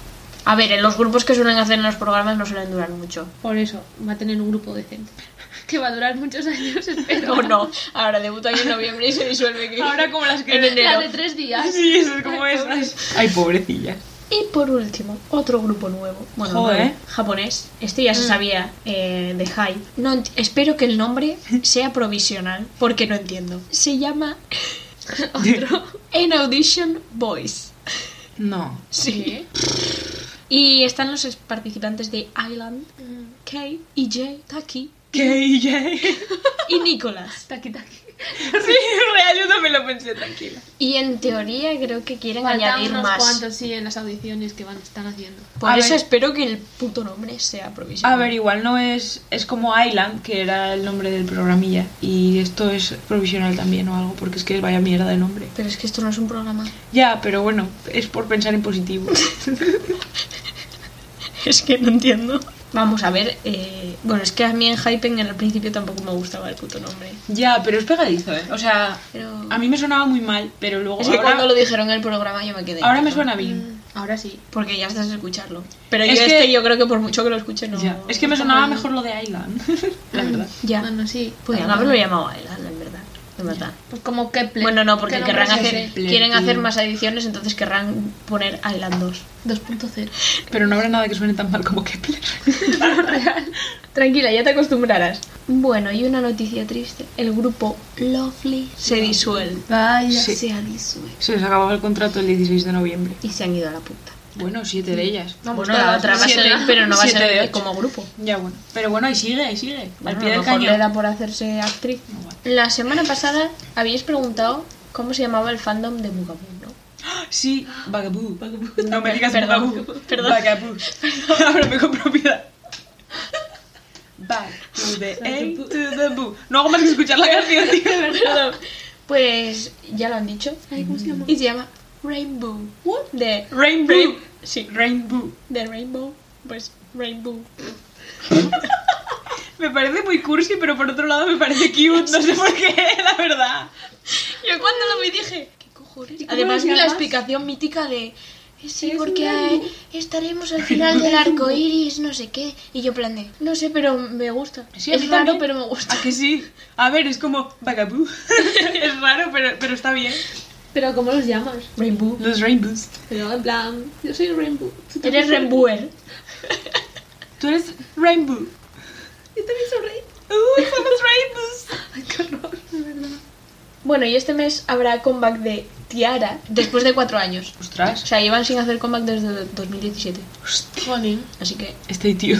Speaker 2: A ver, en los grupos que suelen hacer en los programas no suelen durar mucho. <laughs>
Speaker 3: Por eso, va a tener un grupo decente. <laughs> Que va a durar muchos años, espero.
Speaker 2: O no. Ahora debutan en noviembre y se disuelve. que-
Speaker 1: Ahora como las que...
Speaker 2: En enero.
Speaker 3: La de tres
Speaker 1: <laughs>
Speaker 3: días. <laughs>
Speaker 1: Sí, eso es como
Speaker 3: Ay, pobre.
Speaker 1: esas. Ay, pobrecillas.
Speaker 2: Y por último, otro grupo nuevo. Bueno,
Speaker 1: Joder.
Speaker 2: nuevo, japonés. Este ya se
Speaker 3: Mm.
Speaker 2: sabía eh, de Hype. No, ent- espero que el nombre sea provisional, porque no entiendo. Se llama <laughs> An Audition Boys.
Speaker 1: No.
Speaker 2: Sí. Y están los es- participantes de Island, K, EJ, Taki
Speaker 1: KJ.
Speaker 2: y Nicolas.
Speaker 3: Taqui, taqui.
Speaker 1: <laughs> Sí, real, yo también lo pensé, tranquila.
Speaker 2: Y en teoría creo que quieren
Speaker 3: Faltan
Speaker 2: añadir
Speaker 3: unos
Speaker 2: más.
Speaker 3: cuantos, sí, en las audiciones que van, están haciendo.
Speaker 2: Por
Speaker 1: A
Speaker 2: eso
Speaker 1: ver.
Speaker 2: espero que el puto nombre sea provisional.
Speaker 1: A ver, igual no es... Es como Island, que era el nombre del programilla. Y esto es provisional también o algo, porque es que vaya mierda de nombre.
Speaker 2: Pero es que esto no es un
Speaker 1: <laughs>
Speaker 2: programa.
Speaker 1: Ya, pero bueno, es por pensar en positivo.
Speaker 2: Es que no entiendo. Vamos a ver, eh, bueno, es que a mí en Hypen en el principio tampoco me gustaba el puto nombre.
Speaker 1: <laughs> ya, pero es pegadizo, ¿eh? O sea,
Speaker 2: Pero...
Speaker 1: a mí me sonaba muy mal, pero luego
Speaker 2: es que
Speaker 1: ahora,
Speaker 2: cuando lo dijeron en el programa yo me quedé.
Speaker 1: ahora me
Speaker 2: ¿no?
Speaker 1: suena bien.
Speaker 3: Ahora sí.
Speaker 2: Porque ya estás a escucharlo. Pero yo
Speaker 1: Es que-
Speaker 2: este yo creo que por mucho que lo escuche Mm, no...
Speaker 1: Ya. Es que me
Speaker 2: no- Mm.
Speaker 1: sonaba mejor lo de Aylan, <laughs> la verdad.
Speaker 2: Ya. Pues
Speaker 3: Bueno, sí.
Speaker 2: Podrían
Speaker 3: También.
Speaker 2: haberlo llamado a él, en verdad. En verdad.
Speaker 3: Pues como Kepler.
Speaker 2: Bueno, no, porque
Speaker 3: ¿Qué
Speaker 2: querrán
Speaker 3: nombre es
Speaker 2: hacer,
Speaker 3: ese?
Speaker 1: Play,
Speaker 2: quieren
Speaker 1: tío.
Speaker 2: hacer más adiciones, entonces querrán poner Island 2.
Speaker 3: 2.0.
Speaker 1: Pero no habrá nada que suene tan mal como Kepler.
Speaker 2: Tranquila, ya te acostumbrarás. Bueno, y una noticia triste. El grupo Lovely se disuelve.
Speaker 3: Vaya.
Speaker 1: Sí.
Speaker 2: Se ha disuelto.
Speaker 1: Se les acababa el contrato el 16 de noviembre.
Speaker 2: Y se han ido a la puta.
Speaker 1: Bueno, siete de ellas.
Speaker 3: Vamos,
Speaker 2: Bueno, la
Speaker 3: todas,
Speaker 2: otra va a
Speaker 3: siete.
Speaker 2: ser, pero no va a
Speaker 1: Siete de
Speaker 2: ser
Speaker 1: ocho.
Speaker 2: como grupo.
Speaker 1: Ya bueno. Pero bueno, ahí sigue, ahí sigue.
Speaker 2: Bueno,
Speaker 1: al pie
Speaker 2: a lo
Speaker 1: del
Speaker 2: mejor
Speaker 1: cañón.
Speaker 2: le da por hacerse actriz.
Speaker 1: No, bueno.
Speaker 2: La semana pasada habéis preguntado cómo se llamaba el fandom de Bugaboo, ¿no?
Speaker 1: Sí, Bagaboo. No me digas
Speaker 2: Perdón,
Speaker 1: Bagaboo.
Speaker 2: perdón.
Speaker 1: Bagaboo. Háblame con propiedad. Back to the A to the Boo. No hago más que escuchar la canción, tío.
Speaker 2: Perdón. Pues ya lo han dicho.
Speaker 3: Ay, ¿cómo se llama?
Speaker 2: Y se llama Rainbow. De
Speaker 1: Rainbow.
Speaker 2: Rain- sí,
Speaker 1: Rainbow.
Speaker 2: de Rainbow. Pues Rainbow.
Speaker 1: Me parece muy cursi, pero por otro lado me parece cute. No sé por qué, <laughs> la verdad.
Speaker 2: Yo cuando lo vi dije, ¿qué cojones?
Speaker 3: cómo
Speaker 2: Además
Speaker 3: lo
Speaker 2: vi la
Speaker 3: llamas?
Speaker 2: explicación mítica de, "Eh, sí,
Speaker 3: Eres
Speaker 2: porque
Speaker 3: un rainbow".
Speaker 2: eh, estaremos al final del arco iris, no sé qué. Y yo planeé, no sé, pero me gusta.
Speaker 1: Sí, a
Speaker 2: es
Speaker 1: mí
Speaker 2: raro,
Speaker 1: también.
Speaker 2: pero me
Speaker 1: <laughs>
Speaker 2: gusta.
Speaker 1: ¿A que sí? A ver, es como Bagaboo. <laughs> es raro, pero, pero está bien.
Speaker 3: Pero ¿cómo los llamas?
Speaker 2: Rainbow.
Speaker 1: Los Rainbows.
Speaker 3: Pero en plan, yo soy Rainbow. Tú también
Speaker 2: Eres
Speaker 3: soy
Speaker 2: Rainbower.
Speaker 1: Tú eres Rainbow.
Speaker 3: Yo también soy Rainbow.
Speaker 1: ¡Uy, somos Rainbows!
Speaker 3: Ay, qué horror, de verdad.
Speaker 2: Bueno, y este mes habrá comeback de Tiara después de cuatro años. O
Speaker 1: Ostras.
Speaker 2: sea, llevan sin hacer comeback desde 2017.
Speaker 1: Hostia.
Speaker 3: Jolín.
Speaker 2: Así que
Speaker 1: Este tío.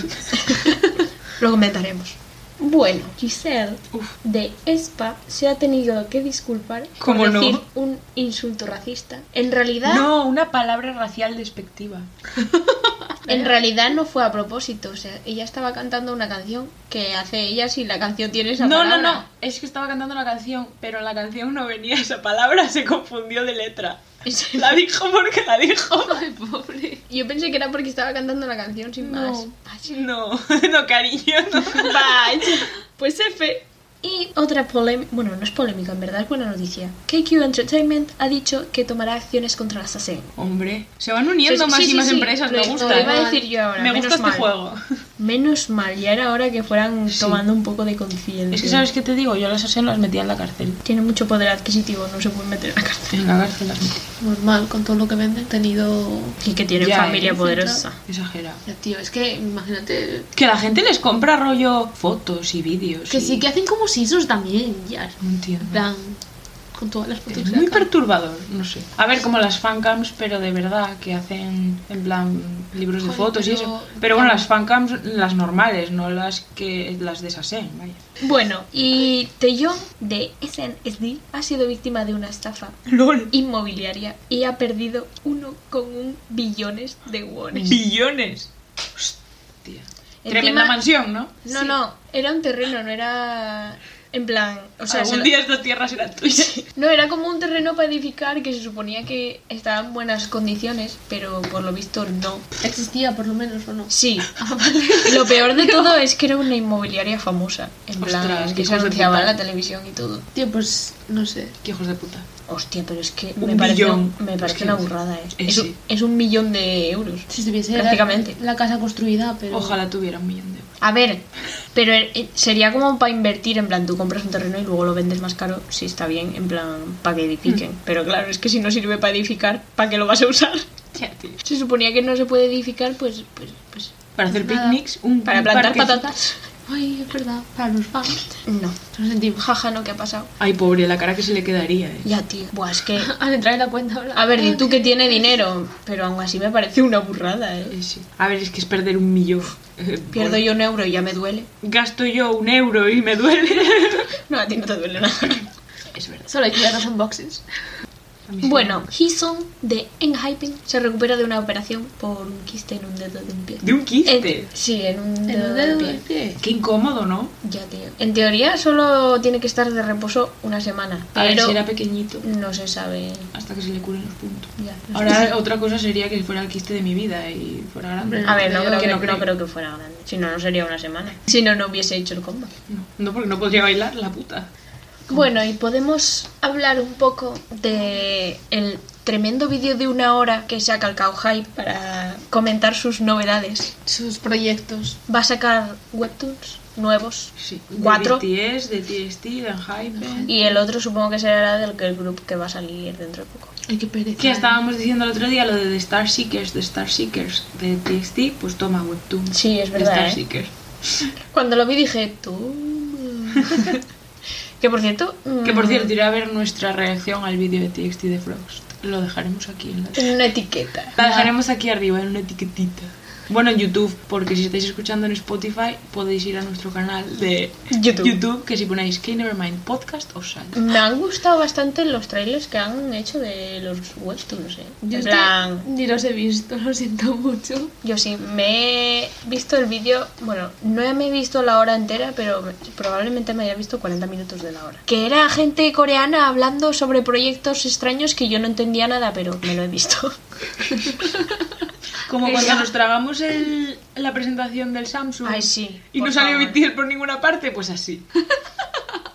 Speaker 2: lo comentaremos. Bueno, Giselle
Speaker 1: Uf.
Speaker 2: de Espa se ha tenido que disculpar
Speaker 1: ¿Cómo
Speaker 2: por
Speaker 1: no?
Speaker 2: decir un insulto racista. En realidad,
Speaker 1: No, una palabra racial despectiva. eh.
Speaker 2: en realidad no fue a propósito. O sea, ella estaba cantando una canción que hace ella si la canción tiene esa
Speaker 1: No, no,
Speaker 2: palabra.
Speaker 1: no. Es que estaba cantando la canción, pero en la canción no venía esa palabra, se confundió de letra.
Speaker 2: <laughs> Es-
Speaker 1: La dijo porque la dijo.
Speaker 3: Ay, pobre.
Speaker 2: Yo pensé que era porque estaba cantando la canción sin
Speaker 1: No.
Speaker 2: más. Vaya.
Speaker 1: No, <laughs> no, cariño, no. <laughs>
Speaker 2: Vaya. Pues F. Y otra polémica, bueno, no es polémica, en verdad es buena noticia. KQ Entertainment ha dicho que tomará acciones contra las ASEAN.
Speaker 1: Hombre, se van uniendo
Speaker 2: Sí,
Speaker 1: más
Speaker 2: sí,
Speaker 1: y más
Speaker 2: sí,
Speaker 1: empresas,
Speaker 2: lo-
Speaker 1: me
Speaker 2: lo
Speaker 1: gusta.
Speaker 2: iba a
Speaker 1: ¿eh?
Speaker 2: decir yo ahora,
Speaker 1: me
Speaker 2: menos
Speaker 1: gusta este
Speaker 2: mal.
Speaker 1: juego.
Speaker 2: Menos mal, ya era hora que fueran
Speaker 1: Sí.
Speaker 2: tomando un poco de conciencia.
Speaker 1: Es que, ¿sabes qué te digo? Yo a las asen las metía en la cárcel.
Speaker 2: Tiene mucho poder adquisitivo, no se pueden meter en la cárcel.
Speaker 1: En la cárcel las metí.
Speaker 3: Normal, con todo lo que venden, tenido.
Speaker 2: Y que tienen
Speaker 1: Ya,
Speaker 2: familia
Speaker 1: ¿eh?
Speaker 2: poderosa.
Speaker 1: Exagera.
Speaker 3: Ya, tío, es que imagínate.
Speaker 1: Que la gente les compra rollo fotos y vídeos.
Speaker 3: Que
Speaker 1: y-
Speaker 3: sí, que hacen como sisos también, ya.
Speaker 1: No entiendo.
Speaker 3: En plan, con todas las fotos.
Speaker 1: Es
Speaker 3: que
Speaker 1: muy
Speaker 3: sacan.
Speaker 1: perturbador, no sé. A ver, como las fancams, pero de verdad, que hacen en plan libros de
Speaker 3: Joder,
Speaker 1: fotos y
Speaker 3: pero-
Speaker 1: eso. Pero bueno, las fancams, las normales, no las que las de Sasen, vaya.
Speaker 2: Bueno, y Taeyong de SNSD ha sido víctima de una estafa
Speaker 1: ¡Lol!
Speaker 2: inmobiliaria y ha perdido 1,1 billones de wones.
Speaker 1: ¡Billones! Mm. Hostia.
Speaker 2: Encima-
Speaker 1: Tremenda mansión, ¿no?
Speaker 2: No,
Speaker 3: Sí.
Speaker 2: no, era un terreno, no era en plan, o
Speaker 1: O sea,
Speaker 2: sea, se
Speaker 1: Algún
Speaker 2: lo-
Speaker 1: día esta tierra será tuya.
Speaker 2: no era como un terreno para edificar que se suponía que estaba en buenas condiciones, pero por lo visto no.
Speaker 3: Existía, por lo menos, o no. <laughs> Ah,
Speaker 2: Sí. Lo peor <laughs> de todo es que era una inmobiliaria famosa, en plan
Speaker 1: Ostras,
Speaker 2: que
Speaker 1: qué
Speaker 2: se
Speaker 1: hijos de
Speaker 2: anunciaba en
Speaker 1: puta.
Speaker 2: la televisión y todo.
Speaker 3: Tío, pues no sé.
Speaker 1: ¡Qué hijos de puta!
Speaker 2: Hostia, pero es que
Speaker 1: Un
Speaker 2: me parece,
Speaker 1: billón.
Speaker 2: me parece
Speaker 1: Es que-
Speaker 2: una burrada, eh.
Speaker 1: Eh,
Speaker 2: Es, un-
Speaker 1: sí.
Speaker 2: es un millón de euros.
Speaker 3: Si estuviese
Speaker 2: Prácticamente.
Speaker 3: la, la casa construida, pero.
Speaker 1: Ojalá tuviera un millón de euros.
Speaker 2: A ver, pero eh, sería como para invertir, en plan, tú compras un terreno y luego lo vendes más caro, si está bien, en plan, para que edifiquen. Pero claro, es que si no sirve para edificar, ¿para qué lo vas a usar?
Speaker 1: Ya, tío.
Speaker 2: Se suponía que no se puede edificar, pues, pues, pues
Speaker 1: Para hacer
Speaker 3: Nada.
Speaker 1: picnics, un
Speaker 2: para
Speaker 1: un
Speaker 2: plantar
Speaker 1: parquecito.
Speaker 2: patatas.
Speaker 3: Ay, es verdad, para los fans.
Speaker 2: No.
Speaker 3: Nos sentimos.
Speaker 2: Jaja, no, ¿qué ha pasado?
Speaker 1: Ay, pobre, la cara que se le quedaría, eh.
Speaker 2: Ya, tío. Buah, es que...
Speaker 3: Al entrar en la cuenta ahora.
Speaker 2: A ver,
Speaker 1: <laughs>
Speaker 2: di tú que tiene dinero, pero aún así me parece una burrada, ¿eh?
Speaker 1: Eh, sí. A ver, es que es perder un millón. Eh,
Speaker 2: Pierdo
Speaker 1: bueno.
Speaker 2: yo un euro y ya me duele. <laughs>
Speaker 1: Gasto yo un euro y me duele.
Speaker 2: No, a ti no te duele nada.
Speaker 1: es verdad.
Speaker 3: Solo hay que ver los unboxings.
Speaker 1: A mí sí.
Speaker 2: Bueno, Hison de Enhyping se recupera de una operación por un quiste en un dedo de un pie.
Speaker 1: De un quiste.
Speaker 2: En- sí, en un
Speaker 3: En
Speaker 2: dedo,
Speaker 3: un dedo
Speaker 2: del
Speaker 3: del
Speaker 2: pie.
Speaker 3: pie.
Speaker 1: Qué incómodo, ¿no?
Speaker 2: Ya, tío. En teoría solo tiene que estar de reposo una semana,
Speaker 1: A ver
Speaker 2: pero
Speaker 1: si era pequeñito.
Speaker 2: no se sabe.
Speaker 1: Hasta que se le curen los puntos.
Speaker 2: Ya.
Speaker 1: Ahora, otra cosa sería que fuera el quiste de mi vida y fuera grande.
Speaker 2: A ver, no,
Speaker 3: creo
Speaker 2: creo que,
Speaker 1: que
Speaker 2: no,
Speaker 1: no creo.
Speaker 2: creo que fuera grande. Si no, no sería una semana. Si no, no hubiese hecho el combo.
Speaker 1: No, no, porque no podría bailar la puta.
Speaker 2: Bueno, y podemos hablar un poco de el tremendo vídeo de una hora que saca el Cowhai para comentar sus novedades.
Speaker 3: Sus proyectos.
Speaker 2: Va a sacar webtoons nuevos.
Speaker 1: Sí.
Speaker 2: Cuatro.
Speaker 1: De BTS, de TST, de Hype.
Speaker 2: Y el otro supongo que será del que el grupo que va a salir dentro de poco.
Speaker 3: Ay, qué pereza.
Speaker 1: Que estábamos diciendo el otro día lo de The Star Seekers, The Star Seekers de TXT, pues toma Webtoon.
Speaker 2: Sí, es
Speaker 1: The
Speaker 2: verdad,
Speaker 1: Star
Speaker 2: ¿eh?
Speaker 1: Seekers.
Speaker 2: Cuando lo vi dije, <laughs> tú... que por cierto...
Speaker 1: Que por
Speaker 2: mm,
Speaker 1: cierto, iré a ver nuestra reacción al vídeo de TXT de Frost. Lo dejaremos aquí en la...
Speaker 2: en una etiqueta.
Speaker 1: La dejaremos aquí arriba en una etiquetita. Bueno, en YouTube, porque si estáis escuchando en Spotify, podéis ir a nuestro canal de
Speaker 2: YouTube.
Speaker 1: que si ponéis K Nevermind Podcast os sale.
Speaker 2: Me han gustado bastante los trailers que han hecho de los webtoons, ¿eh? en
Speaker 3: Yo es que
Speaker 2: plan,
Speaker 3: ni los he visto, lo siento mucho.
Speaker 2: yo sí, me he visto el vídeo, bueno, no me he visto la hora entera, pero me- probablemente me haya visto 40 minutos de la hora. Que era gente coreana hablando sobre proyectos extraños que yo no entendía nada, pero me lo he
Speaker 1: <laughs>
Speaker 2: visto.
Speaker 1: Como cuando
Speaker 3: Ella-
Speaker 1: nos tragamos el- la presentación del Samsung
Speaker 2: Ay, sí,
Speaker 1: y
Speaker 2: por
Speaker 1: no salió
Speaker 2: favor.
Speaker 1: BTS por ninguna parte, pues así.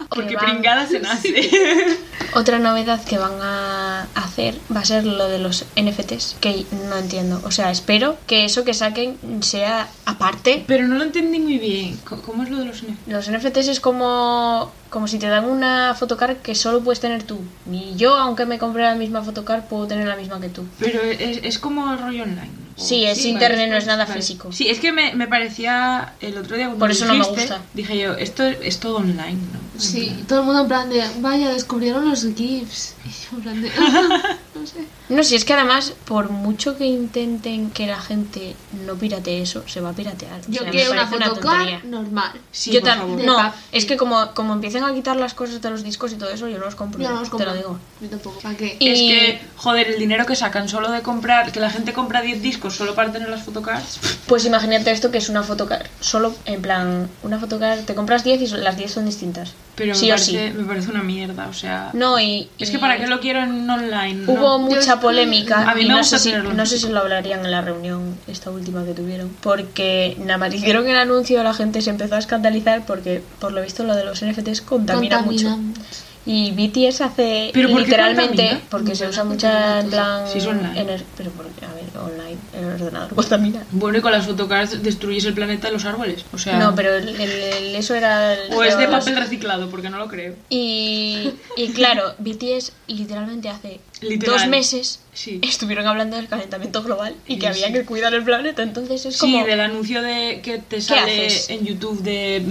Speaker 1: Porque
Speaker 2: Que van-
Speaker 1: pringada se nace.
Speaker 2: <laughs> Otra novedad que van a hacer va a ser lo de los NFTs, que no entiendo. O sea, espero que eso que saquen sea aparte
Speaker 1: Pero no lo entendí muy bien. Co- ¿Cómo es lo de los NFTs?
Speaker 2: Los NFTs es como, como si te dan una photocard que solo puedes tener tú. Ni yo, aunque me compré la misma photocard, puedo tener la misma que tú.
Speaker 1: Pero es, es como rollo online. ¿no?
Speaker 2: Sí, es internet, no es nada físico.
Speaker 1: Sí, es que me, me parecía el otro día cuando
Speaker 2: Por
Speaker 1: lo
Speaker 2: eso no me
Speaker 1: dijiste,
Speaker 2: gusta.
Speaker 1: Dije yo, esto es todo online, ¿no?
Speaker 3: Sí, todo el mundo en plan de, vaya, descubrieron los GIFs. <laughs> Y yo en plan de, "Ah, no sé.
Speaker 2: No, si es que además, por mucho que intenten que la gente no piratee eso, se va a piratear. O
Speaker 3: Yo
Speaker 2: sea, me
Speaker 3: quiero una
Speaker 2: parece
Speaker 3: photocard
Speaker 2: tontería.
Speaker 3: normal.
Speaker 1: Sí,
Speaker 2: yo
Speaker 1: por
Speaker 2: tam-
Speaker 1: favor.
Speaker 2: No,
Speaker 3: De pap-
Speaker 2: es que como, como empiecen a quitar las cosas de los discos y todo eso, yo no los compro.
Speaker 3: Yo no los
Speaker 2: Te
Speaker 3: compro.
Speaker 2: lo digo.
Speaker 3: Yo tampoco. ¿Para qué?
Speaker 2: Y-
Speaker 1: Es que, joder, el dinero que sacan solo de comprar, que la gente compra 10 discos solo para tener las photocards.
Speaker 2: Pues imagínate esto que es una photocard. Solo, en plan, una photocard, te compras 10 y so- las 10 son distintas.
Speaker 1: Pero
Speaker 2: sí
Speaker 1: me,
Speaker 2: o
Speaker 1: parece,
Speaker 2: sí.
Speaker 1: me parece una mierda, o sea...
Speaker 2: No, y...
Speaker 1: Es que
Speaker 2: y-
Speaker 1: para qué lo quiero en online. ¿no?
Speaker 2: Hubo
Speaker 3: Yo es
Speaker 2: mucha
Speaker 3: que-
Speaker 2: polémica
Speaker 1: A mí
Speaker 2: y
Speaker 1: me
Speaker 2: no
Speaker 1: gusta
Speaker 2: sé, si,
Speaker 1: tenerlo.
Speaker 2: no sé si lo hablarían en la reunión esta última que tuvieron. Porque nada más hicieron el anuncio, la gente se empezó a escandalizar porque por lo visto lo de los NFTs contamina, mucho.
Speaker 3: Contaminamos.
Speaker 2: Y BTS hace
Speaker 1: ¿Pero por qué
Speaker 2: literalmente
Speaker 1: contamina?
Speaker 2: porque se usa mucha en plan...
Speaker 1: Sí, es online.
Speaker 2: ener- pero porque, a ver, online, el ordenador contamina.
Speaker 1: Bueno, y con las photocards destruyes el planeta de los árboles, o sea...
Speaker 2: No, pero el, el- el- eso era... el-
Speaker 1: O es de
Speaker 2: los-
Speaker 1: papel reciclado, porque no lo creo.
Speaker 2: Y, y claro, BTS literalmente hace
Speaker 1: Literal.
Speaker 2: dos meses
Speaker 1: Sí.
Speaker 2: estuvieron hablando del calentamiento global y que
Speaker 1: Sí,
Speaker 2: había
Speaker 1: sí.
Speaker 2: que cuidar el planeta. Entonces es
Speaker 1: Sí,
Speaker 2: como.
Speaker 1: del anuncio de que te sale
Speaker 2: haces?
Speaker 1: en YouTube de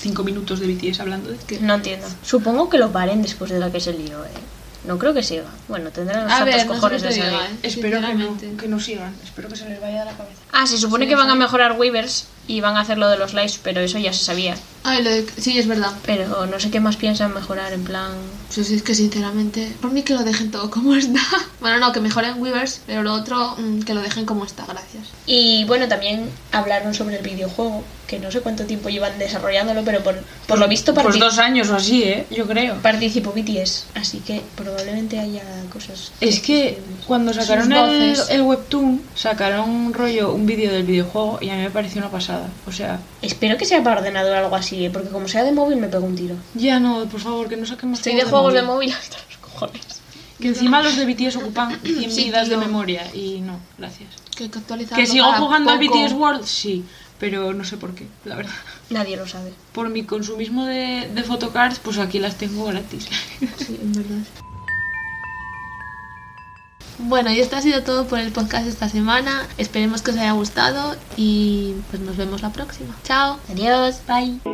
Speaker 1: 5 minutos de BTS hablando de que...
Speaker 2: No entiendo. Supongo que lo paren después de la que se lió, ¿eh? No creo que siga. Bueno, tendrán los
Speaker 3: A
Speaker 2: santos
Speaker 3: ver, no sé
Speaker 2: cojones
Speaker 3: qué
Speaker 2: de
Speaker 3: te
Speaker 2: salir.
Speaker 3: diga, ¿eh?
Speaker 1: Espero que no,
Speaker 3: Sinceramente.
Speaker 1: que no sigan, espero que se les vaya de la cabeza.
Speaker 2: Ah, se supone
Speaker 3: Sí,
Speaker 2: que van a
Speaker 3: sí.
Speaker 2: mejorar waivers y van a hacer lo de los lives, pero eso ya se sabía.
Speaker 3: Ay, lo de- Sí, es verdad.
Speaker 2: Pero no sé qué más piensan mejorar, en plan.
Speaker 3: Pues es que sinceramente, por mí que lo dejen todo como está. <laughs> Bueno, no, que mejoren Weavers, pero lo otro, mm, que lo dejen como está, gracias.
Speaker 2: Y bueno, también hablaron sobre el videojuego, que no sé cuánto tiempo llevan desarrollándolo, pero por, por lo visto
Speaker 1: Pues
Speaker 2: parti-
Speaker 1: dos años o así, ¿eh? Yo creo.
Speaker 2: participó BTS, así que probablemente haya cosas.
Speaker 1: Es que cuando sacaron el,
Speaker 3: voces.
Speaker 1: el webtoon, sacaron un rollo, un vídeo del videojuego y a mí me pareció una pasada. O sea,
Speaker 2: Espero que sea para ordenador o algo así, ¿eh? porque como sea de móvil me pego un tiro.
Speaker 1: ya no, por favor, que no saquemos
Speaker 2: Estoy de juegos de móvil <laughs> hasta los cojones.
Speaker 1: Que encima los de BTS
Speaker 3: <coughs>
Speaker 1: ocupan 100
Speaker 3: Sí,
Speaker 1: vidas de
Speaker 3: tío.
Speaker 1: memoria y no, gracias.
Speaker 3: Que hay que actualizarlo
Speaker 1: Que sigo
Speaker 3: cada
Speaker 1: jugando al
Speaker 3: ah, poco.
Speaker 1: BTS World, sí, pero no sé por qué, la verdad. <laughs>
Speaker 2: Nadie lo sabe.
Speaker 1: Por mi consumismo de, de photocards, pues aquí las tengo gratis. <laughs>
Speaker 3: Sí, en verdad. Bueno, y esto ha sido todo por el podcast de esta semana. Esperemos que os haya gustado y pues nos vemos la próxima. Chao.
Speaker 2: Adiós. Bye.